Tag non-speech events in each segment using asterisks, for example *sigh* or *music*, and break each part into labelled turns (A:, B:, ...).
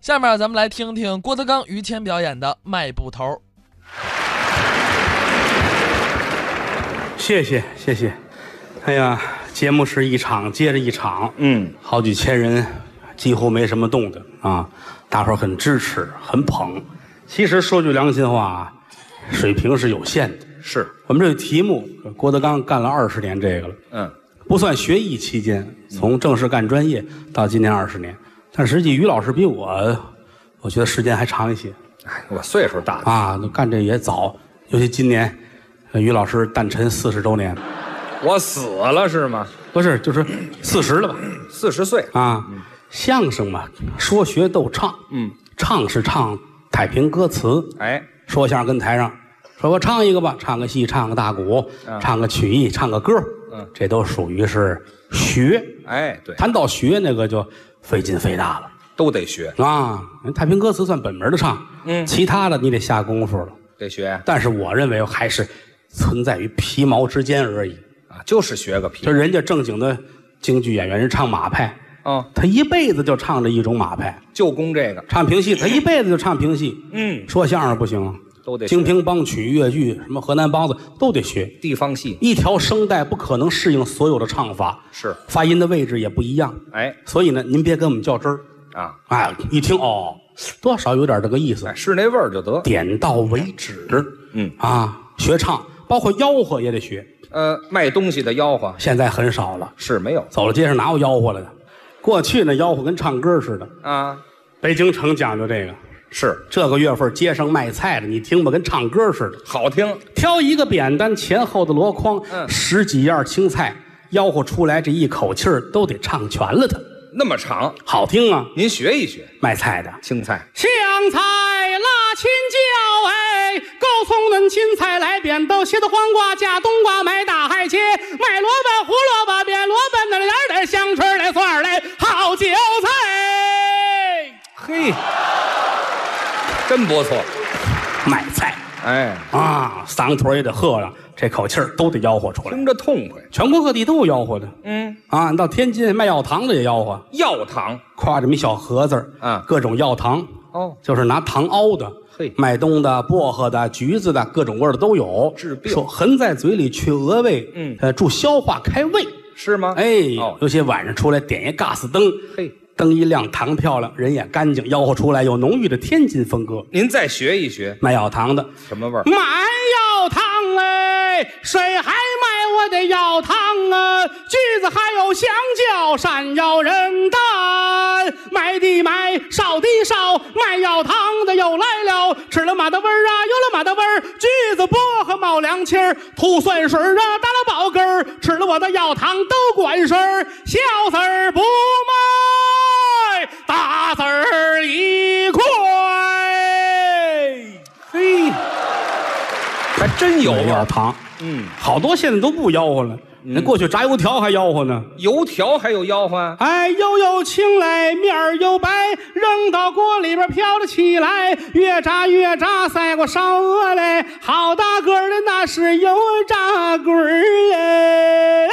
A: 下面咱们来听听郭德纲、于谦表演的《迈步头》。
B: 谢谢谢谢，哎呀，节目是一场接着一场，
C: 嗯，
B: 好几千人，几乎没什么动的啊，大伙儿很支持，很捧。其实说句良心话啊，水平是有限的。
C: 是，
B: 我们这个题目，郭德纲干了二十年这个了，
C: 嗯，
B: 不算学艺期间，从正式干专业到今年二十年。但实际于老师比我，我觉得时间还长一些
C: 哎，我岁数大，
B: 啊，干这也早，尤其今年，呃于老师诞辰四十周年，
C: 我死了是吗？
B: 不是就是四十了吧？
C: 四十岁，
B: 啊，相声嘛，说学逗唱，嗯，唱是唱太平歌词，
C: 哎，
B: 说相声跟台上，说我唱一个吧，唱个戏，唱个大鼓，唱个曲艺，唱个歌，
C: 嗯，
B: 这都属于是学。
C: 哎，对，
B: 谈到学那个就费劲费大了
C: 都得学，
B: 啊，人太平歌词算本门的唱，
C: 嗯
B: 其他的你得下功夫了。
C: 得学
B: 但是我认为还是存在于皮毛之间而已。
C: 啊，就是学个皮
B: 就，人家正经的京剧演员，人唱马派，
C: 嗯，
B: 他一辈子就唱这一种马派。
C: 就攻这个，
B: 唱评戏，他一辈子就唱评戏。
C: 嗯，
B: 说相声不行，
C: 都得学
B: 京评梆曲、越剧、什么河南梆子都得学。
C: 地方戏，
B: 一条声带不可能适应所有的唱法，
C: 是
B: 发音的位置也不一样。
C: 哎，
B: 所以呢，您别跟我们较真儿。
C: 啊，
B: 哎，一听哦，多少有点这个意思
C: 哎，，是那味儿就得，
B: 点到为止。
C: 嗯
B: 啊，学唱包括吆喝也得学，
C: 呃，卖东西的吆喝
B: 现在很少了。
C: 是没有
B: 走了街上哪有吆喝了的？过去那吆喝跟唱歌似的。
C: 啊，
B: 北京城讲究这个，
C: 是
B: 这个月份街上卖菜的，你听吧，跟唱歌似的。
C: 好听，
B: 挑一个扁担，前后的箩筐，
C: 嗯
B: 十几样青菜，吆喝出来这一口气儿都得唱全了它，
C: 那么长，
B: 好听啊！
C: 您学一学
B: 卖菜的，
C: 青菜，
B: 香菜、辣青椒，哎，高葱、嫩青菜、来扁豆、茄子、黄瓜、架冬瓜、买大海茄、卖萝卜、胡萝卜、扁萝卜，那点儿点香椿儿来蒜儿来，好韭菜。
C: 嘿，真不错，
B: 卖菜
C: 哎，
B: 啊，嗓腿儿也得喝上，这口气儿都得吆喝出来。
C: 听着痛快，
B: 全国各地都有吆喝的，
C: 嗯，
B: 啊，你到天津卖药糖的也吆喝，
C: 药糖，
B: 挎这么一小盒子儿，
C: 嗯
B: 各种药糖，
C: 哦，
B: 就是拿糖熬的，
C: 嘿
B: 麦冬的、薄荷的、橘子的，各种味儿的都有，
C: 治病
B: 说含在嘴里去鹅味，
C: 嗯
B: 呃，助消化开胃，
C: 是吗？
B: 哎，
C: 哦，
B: 尤其晚上出来点一 gas 灯，
C: 嘿，
B: 灯一亮，糖漂亮，人也干净，吆喝出来有浓郁的天津风格。
C: 您再学一学
B: 卖药糖的，
C: 什么味儿？
B: 买药糖哎，谁还卖我的药糖啊？橘子还有香蕉，山药仁蛋，买的买，烧的烧，卖药糖的又来了，吃了马的味儿啊，有了马的味儿，橘子薄荷冒凉气儿，吐酸水儿啊，打了饱嗝儿，吃了我的药糖都管事儿，小字儿不卖，大字儿一块。嘿。
C: 还真有味
B: 药
C: 儿，
B: 糖，
C: 嗯，
B: 好多现在都不吆喝了。那过去炸油条还吆喝呢，
C: 油条还有吆喝啊，
B: 哎，呦呦，青来，面儿又白，扔到锅里边飘了起来，越炸越炸，赛过烧鹅来，好大个儿的那是油炸滚儿嘞。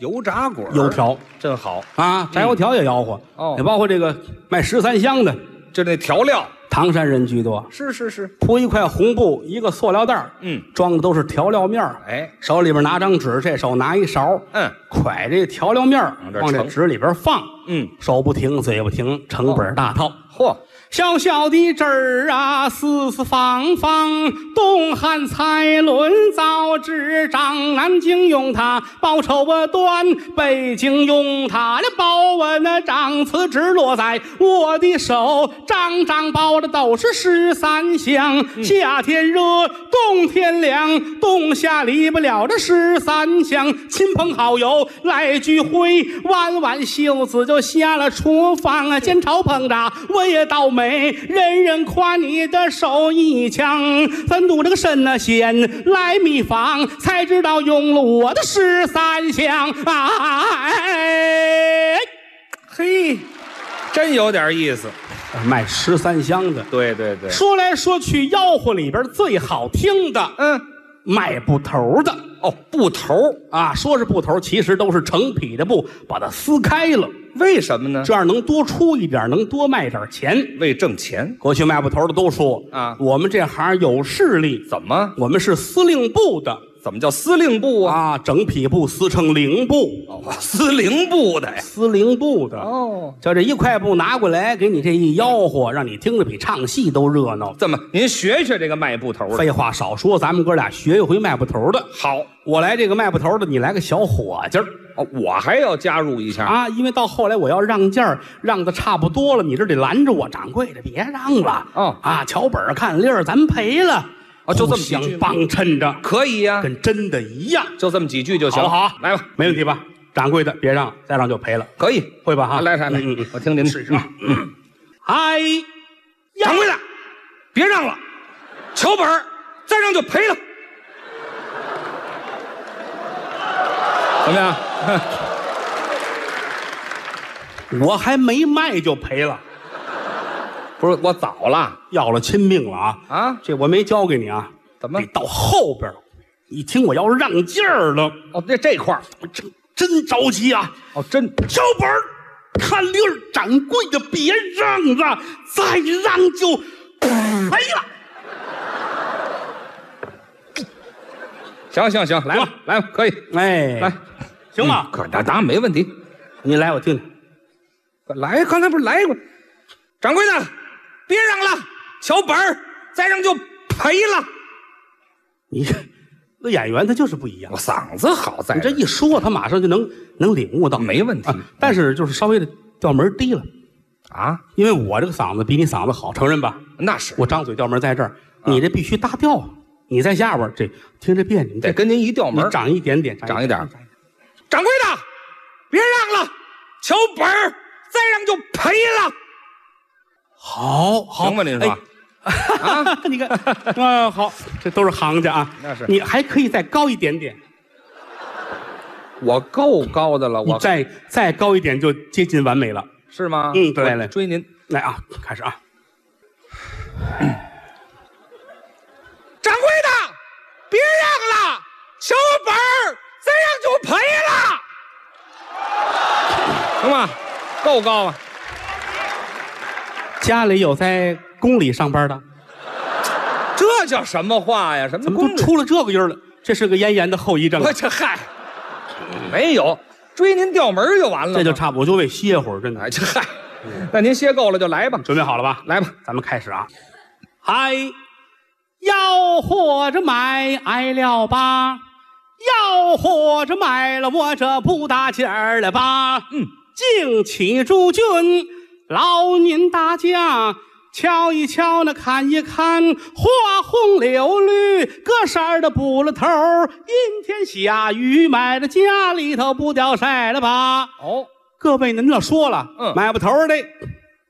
C: 油炸果儿
B: 油条
C: 真好，
B: 啊，炸油条也吆喝，
C: 哦
B: 也包括这个卖十三香的，
C: 就那调料，
B: 唐山人居多，
C: 是是是，
B: 铺一块红布，一个塑料袋儿
C: 嗯
B: 装的都是调料面儿
C: 哎，
B: 手里边拿张纸，这手拿一勺，
C: 嗯，
B: 蒯这调料面儿
C: 往这儿
B: 往这
C: 盛
B: 纸里边放，
C: 嗯，
B: 手不停，嘴不停，成本大套。
C: 嚯，
B: 小小的纸儿啊，四四方方，东汉蔡伦造纸张，南京用它包绸我端，北京用它来包我那张，辞职落在我的手，张张包的都是十三香，夏天热，冬天凉，冬夏离不了这十三香，亲朋好友来聚会，弯弯袖子就下了厨房啊，煎炒烹炸我也倒霉，人人夸你的手艺强，咱读这个神啊仙来秘方，才知道用了我的十三香哎，
C: 嘿，真有点意思，
B: 哎卖十三香的，
C: 对对对，
B: 说来说去吆喝里边最好听的，呃
C: 嗯，
B: 卖布头的，
C: 哦，布头儿
B: 啊，说是布头，其实都是成匹的布，把它撕开了，
C: 为什么呢？
B: 这样能多出一点，能多卖点钱。
C: 为挣钱。
B: 过去卖布头的都说
C: 啊
B: 我们这行有势力，
C: 怎么？
B: 我们是司令部的
C: 怎么叫司令部啊？
B: 啊，整匹布撕成零布，
C: 哦，司令部的呀。
B: 司令部的。
C: 哦，
B: 就这一块布拿过来，给你这一吆喝，让你听着比唱戏都热闹。
C: 这么您学学这个卖布头啊的。
B: 废话少说，咱们哥俩学一回卖布头的。
C: 好
B: 我来这个卖布头的，你来个小伙计儿
C: 哦，我还要加入一下。
B: 啊！因为到后来我要让价儿，让的差不多了，你这得拦着我，掌柜的别让了。
C: 哦
B: 啊，瞧本儿看利儿，咱赔了。
C: 哦就这么几句
B: 相帮衬着，
C: 可以呀、
B: 跟真的一样，
C: 就这么几句就行。
B: 好不好？
C: 来吧，
B: 没问题吧？掌柜的，别让，再让就赔了，
C: 可以。
B: 会吧？哈，
C: 来来来
B: 嗯嗯嗯，
C: 我听您的。
B: 试试啊。嗨，
C: 掌柜的，别让了，瞧本儿，再让就赔了。怎么样？
B: 我还没卖就赔了，
C: 不是我早了
B: 要了亲命了啊！
C: 啊？
B: 这我没交给你啊，
C: 怎么
B: 得到后边儿，你听我要让劲儿了，
C: 哦，这这块儿
B: 我真真着急啊！
C: 哦，真
B: 小本儿，看令儿，掌柜的别让了，再让就赔了。
C: 行行行，来吧
B: 行
C: 来吧，可以
B: 哎，
C: 来，
B: 行吧，
C: 可答答案没问题。
B: 你来我听听。
C: 来，刚才不是来过？掌柜的，别让了，瞧本儿，再让就赔了。
B: 你那演员他就是不一样
C: 我，嗓子好在
B: 你这
C: 这
B: 一说，他马上就能能领悟到，
C: 没问题
B: 啊但是就是稍微的调门儿低了，
C: 啊，
B: 因为我这个嗓子比你嗓子好，承认吧？
C: 那是
B: 我张嘴调门在这儿，你这必须搭调啊，你在下边儿这听着别扭，你
C: 得跟您一调
B: 你
C: 门儿。
B: 长一点点，
C: 哎长一点儿。掌柜的，别让了，瞧本儿，再让就赔了。
B: 好，好，
C: 行吧您说
B: 哎？啊，你看， *laughs* 啊，好，这都是行家啊。
C: 那是
B: 你还可以再高一点点，
C: *laughs* 我够高的了，
B: 你再再高一点就接近完美了。
C: 是吗
B: 嗯对
C: 我
B: 了
C: 追您，
B: 来啊，开始啊，
C: 掌柜的，别让了，瞧本儿，再让就赔了。行吗？够高啊！
B: 家里有在宫里上班的，
C: 这叫什么话呀？什么
B: 怎么都
C: 公主？
B: 出了这个音儿了？这是个咽炎的后遗症啊，
C: 我这嗨，没有，追您调门儿就完了。
B: 这就，差不多，我就为歇会儿，真的
C: 哎，。这嗨，那您歇够了就来吧，
B: 准备好了吧？
C: 来吧。
B: 咱们开始啊！嗨，吆喝着买，挨了吧！吆喝着买了，我这不打钱儿了吧？嗯，敬起诸君，劳您大驾。瞧一瞧，那看一看，花红柳绿，各色儿的补了头儿。阴天下雨，买到家里头不掉色了吧？
C: 哦，
B: 各位，您老说了，
C: 嗯
B: 买不头儿的，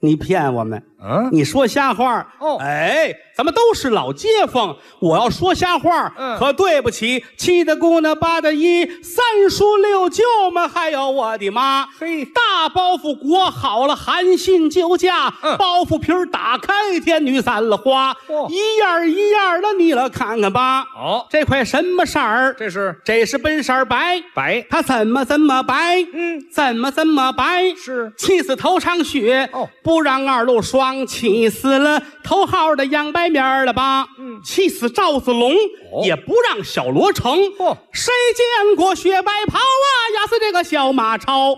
B: 你骗我们。
C: 嗯，
B: 你说瞎话
C: 哦
B: 哎，咱们都是老街坊，我要说瞎话
C: 嗯
B: 可对不起七大姑娘八大姨、三叔六舅们，还有我的妈。
C: 嘿
B: 大包袱裹好了，韩信救驾，
C: 嗯
B: 包袱皮儿打开，天女散了花，
C: 哦
B: 一样儿一样儿的，你来看看吧。
C: 哦，
B: 这块什么色儿？
C: 这是
B: 这是本色儿白，
C: 白，
B: 它怎么怎么白？
C: 嗯，
B: 怎么怎么白？
C: 是
B: 气死头上血，
C: 哦
B: 不让二路双，气死了头号的杨白面儿了吧？嗯，气死赵子龙，
C: 哦
B: 也不让小罗成。
C: 嚯
B: 谁见过雪白袍啊？压死这个小马超。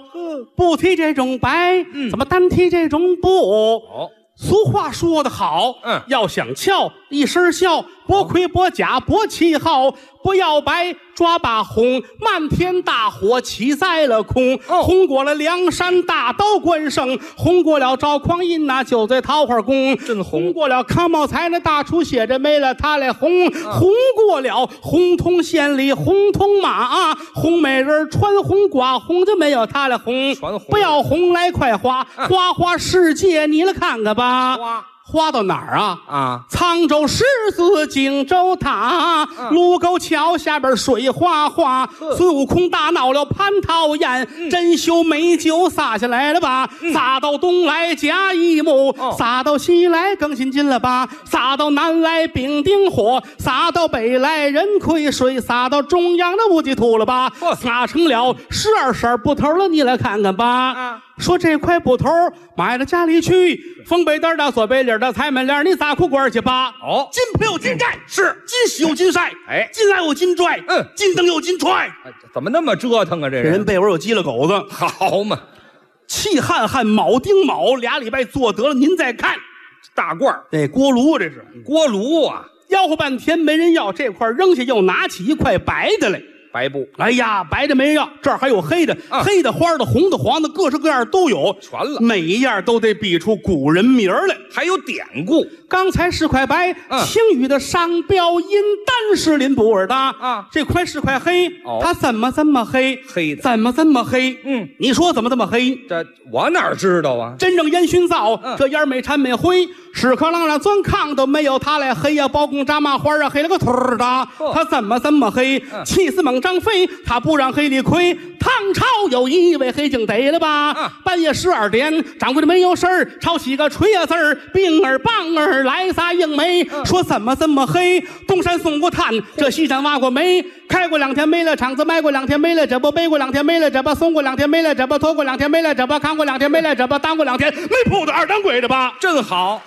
B: 不提这种白，
C: 嗯
B: 怎么单提这种布？
C: 哦，
B: 俗话说得好，
C: 嗯
B: 要想翘一身笑，薄盔薄甲薄气候，不要白抓把红，漫天大火起在了空，
C: 哦
B: 红过了梁山大刀关胜，红过了赵匡胤那九醉桃花宫，
C: 真红
B: 过了康茂才那大厨写着没了他来
C: 嗯
B: 红，红过了红通县里红通马啊，红美人儿穿红寡红就没有他来红，
C: 全红
B: 不要红来快花，花花世界你来看看吧。
C: 花
B: 花到哪儿啊？
C: 啊，
B: 沧州狮子荆州塔，
C: 嗯
B: 卢沟桥下边水哗哗，孙悟空大闹了蟠桃宴，
C: 嗯
B: 珍馐美酒洒下来了吧？洒到东来甲乙木
C: 哦，
B: 洒到西来庚辛金了吧？洒到南来丙丁火，洒到北来壬癸水，洒到中央的戊己土了吧
C: 嚯？
B: 洒成了十二色布头了，你来看看吧。
C: 啊
B: 说这块布头买到家里去，封北单的、左北里的、财门帘，你砸裤管去吧。
C: 哦，
B: 金盆有金盖，
C: 是
B: 金喜有金晒，
C: 哎
B: 金来有金拽，
C: 嗯
B: 金灯有金踹。
C: 哎怎么那么折腾啊？这
B: 给人被窝有鸡了狗子，
C: 好嘛，
B: 气焊焊铆钉铆，俩礼拜做得了，您再看
C: 大罐儿
B: 这锅
C: 啊
B: 炉这是，
C: 锅炉啊，
B: 吆喝半天没人要，这块扔下又拿起一块白的来。
C: 白布
B: 哎呀，白的没人要，这儿还有黑的，
C: 啊
B: 黑的、花的、红的、黄的，各式各样都有，
C: 全了
B: 每一样都得比出古人名儿来。
C: 还有典故，
B: 刚才是块白，
C: 嗯
B: 青雨的商标因丹是林布尔的
C: 啊
B: 这块是块黑，
C: 哦
B: 它怎么这么黑？
C: 黑的
B: 怎么这么黑？
C: 嗯，
B: 你说怎么这么黑？
C: 这我哪知道啊？
B: 真正烟熏灶，
C: 嗯
B: 这烟儿没掺没灰，屎壳郎让钻炕都没有它来黑呀、包公扎麻花啊，黑了个腿儿的
C: 嚯，
B: 它怎么这么黑？
C: 嗯
B: 气死猛张飞，他不让黑里亏。唐朝有一位黑警逮了吧？
C: 嗯
B: 半夜十二点，掌柜的没有事儿，抄起个锤呀字儿，并儿棒儿来仨硬梅，说怎么这么黑？东山送过炭，这西山挖过煤，开过两天没了厂子，卖过两天没了这不，背过两天没了这不，送过两天没了这不，拖过两天没了这不，扛过两天没了这不，当过两天没铺的二当鬼的吧？
C: 真好，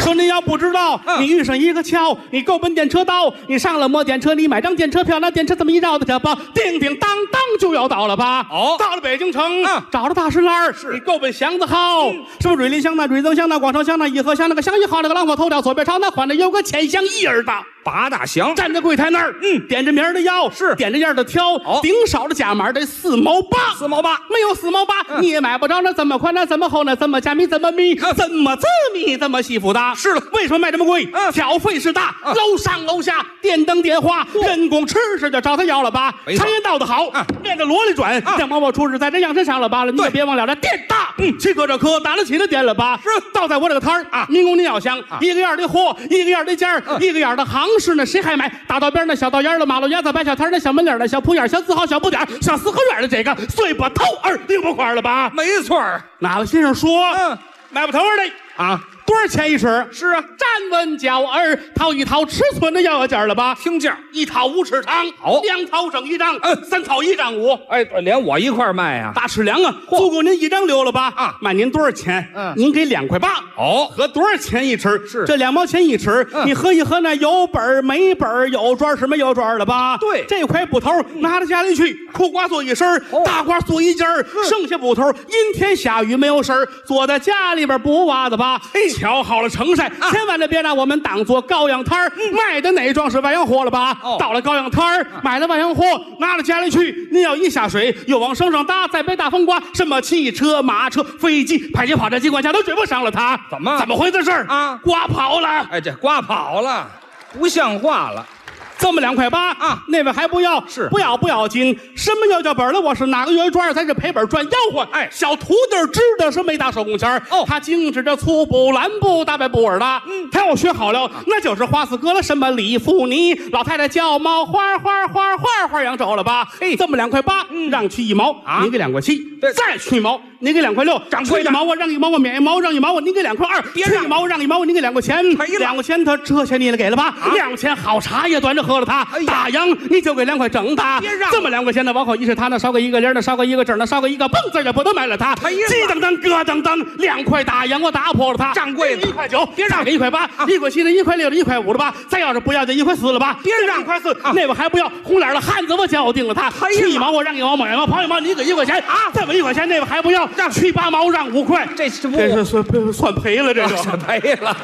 B: 说您要不知道，
C: 嗯
B: 你遇上一个桥，你够奔电车道，你上了摩电车，你买张电车票，那电车这么一绕的，这不叮叮当当就要到了吧？
C: 哦
B: 到了北京城，
C: 嗯
B: 找着大石栏儿你够奔祥子号，什么瑞林乡那瑞增乡那广城乡那颐和乡那个乡一号那个浪花头条左边朝那款的有个浅香一人大。
C: 八大祥，
B: 站在柜台那儿，
C: 哦嗯
B: 点着名儿的要，
C: 是
B: 点着样儿的挑，
C: 哦
B: 顶少的假码得四毛八，
C: 四毛八，
B: 没有死猫吧，你也买不着。那怎么宽？那怎么厚？那怎么加密？怎么密？
C: 嗯
B: 怎么这密？怎么西服的？
C: 是了
B: 为什么卖这么贵？
C: 嗯
B: 小费是大，
C: 嗯
B: 楼上楼下电灯电话，人工吃食就找他要了吧。
C: 没错
B: 常言道的好
C: 嗯，
B: 面子罗里转，让毛毛出日在这养身上了吧了，你可
C: 对
B: 别忘了这店大，嗯，吃可这磕，打得起的店了吧。
C: 是
B: 倒在我这个摊儿
C: 啊
B: 民工您要香
C: 啊，
B: 一个样儿的货，一个样儿的价儿，
C: 嗯
B: 一个样儿的行市呢，谁还买？大道边儿那小道沿儿的马路牙子摆小摊儿的小门脸儿的小铺眼儿小字号小不点儿小四合院儿的这个碎把头儿拧不块儿了吧？
C: 没错儿
B: 哪位先生说，
C: 嗯，
B: 买不头儿的
C: 啊，
B: 多少钱一尺？
C: 是啊，
B: 站稳脚儿，掏一掏尺寸的要要价儿了吧？
C: 听价儿，
B: 一套五尺长，
C: 好
B: 两套整一丈，
C: 嗯
B: 三套一丈五。
C: 哎，连我一块儿卖呀、
B: 大尺量啊，
C: 嚯
B: 足够您一张留了吧？
C: 啊
B: 卖您多少钱？
C: 嗯
B: 您给两块八。
C: 哦，
B: 合多少钱一尺？
C: 是
B: 这两毛钱一尺，
C: 嗯
B: 你合一合，那有本儿没本儿，有砖儿是没有砖儿了吧？
C: 对嗯
B: 这块捕头拿到家里去，苦瓜做一身儿
C: 哦
B: 大瓜做一件儿剩下捕头阴天下雨没有事儿，坐在家里边补袜子吧。瞧好了成晒，
C: 啊
B: 千万的别让我们当做羔羊摊儿，卖的哪桩是外洋货了吧？
C: 嗯哦
B: 到了羔羊摊儿，买了外洋货，拿到家里去，您要一下水，又往身上搭，再被大风刮，什么汽车、马车、飞机、迫击炮、这机关枪都追不上了他。
C: 怎么
B: 怎么回事儿
C: 啊
B: 刮跑了，
C: 哎，这刮跑了，不像话了，
B: 这么两块八
C: 啊
B: 那位还不要，
C: 是
B: 不要不要紧，什么要叫本儿了？我是哪个原砖儿？咱是赔本赚吆喝。
C: 哎
B: 小徒弟儿知道是没打手工钱儿
C: 哦
B: 他精致的粗布、蓝布、大白布耳的，嗯，他要学好了，那就是花四哥了，什么李富尼，老太太叫猫花花花花花羊走了吧？
C: 嘿
B: 这么两块八，让去一毛
C: 啊
B: 您给两块七
C: 对，
B: 再去一毛，您给两块六，
C: 掌柜的
B: 去一毛我让一毛我免一毛，让一毛我您给两块二，
C: 别
B: 去
C: 让
B: 一毛让一毛我您给两块钱，
C: 赔了啊
B: 两块钱他这钱你也给了吧？两块钱好茶也端着喝了它，
C: 哎呀
B: 打烊你就给两块整它，
C: 别让
B: 这么两块钱的往后一是他那烧个一个零儿的烧个一个整儿的烧个一个蹦字儿也不能买了它，
C: 哎呀
B: 鸡噔噔咯噔噔两块打烊我打破了它，
C: 掌柜的
B: 一块九，
C: 别让
B: 再
C: 啊
B: 给一块八，一块七的一块六的一块五的吧，再要是不要就一块四了吧，
C: 别让
B: 一块四
C: 啊，
B: 那我还不要，红脸儿的汉子我叫定了他，
C: 哎呀
B: 去一毛我让一毛，买一毛跑一毛你给一块钱啊，再给一块钱那个还不要，
C: 让
B: 去八毛让五块，
C: 这是不
B: 这是算算赔了这
C: 这
B: 个。
C: 是赔了，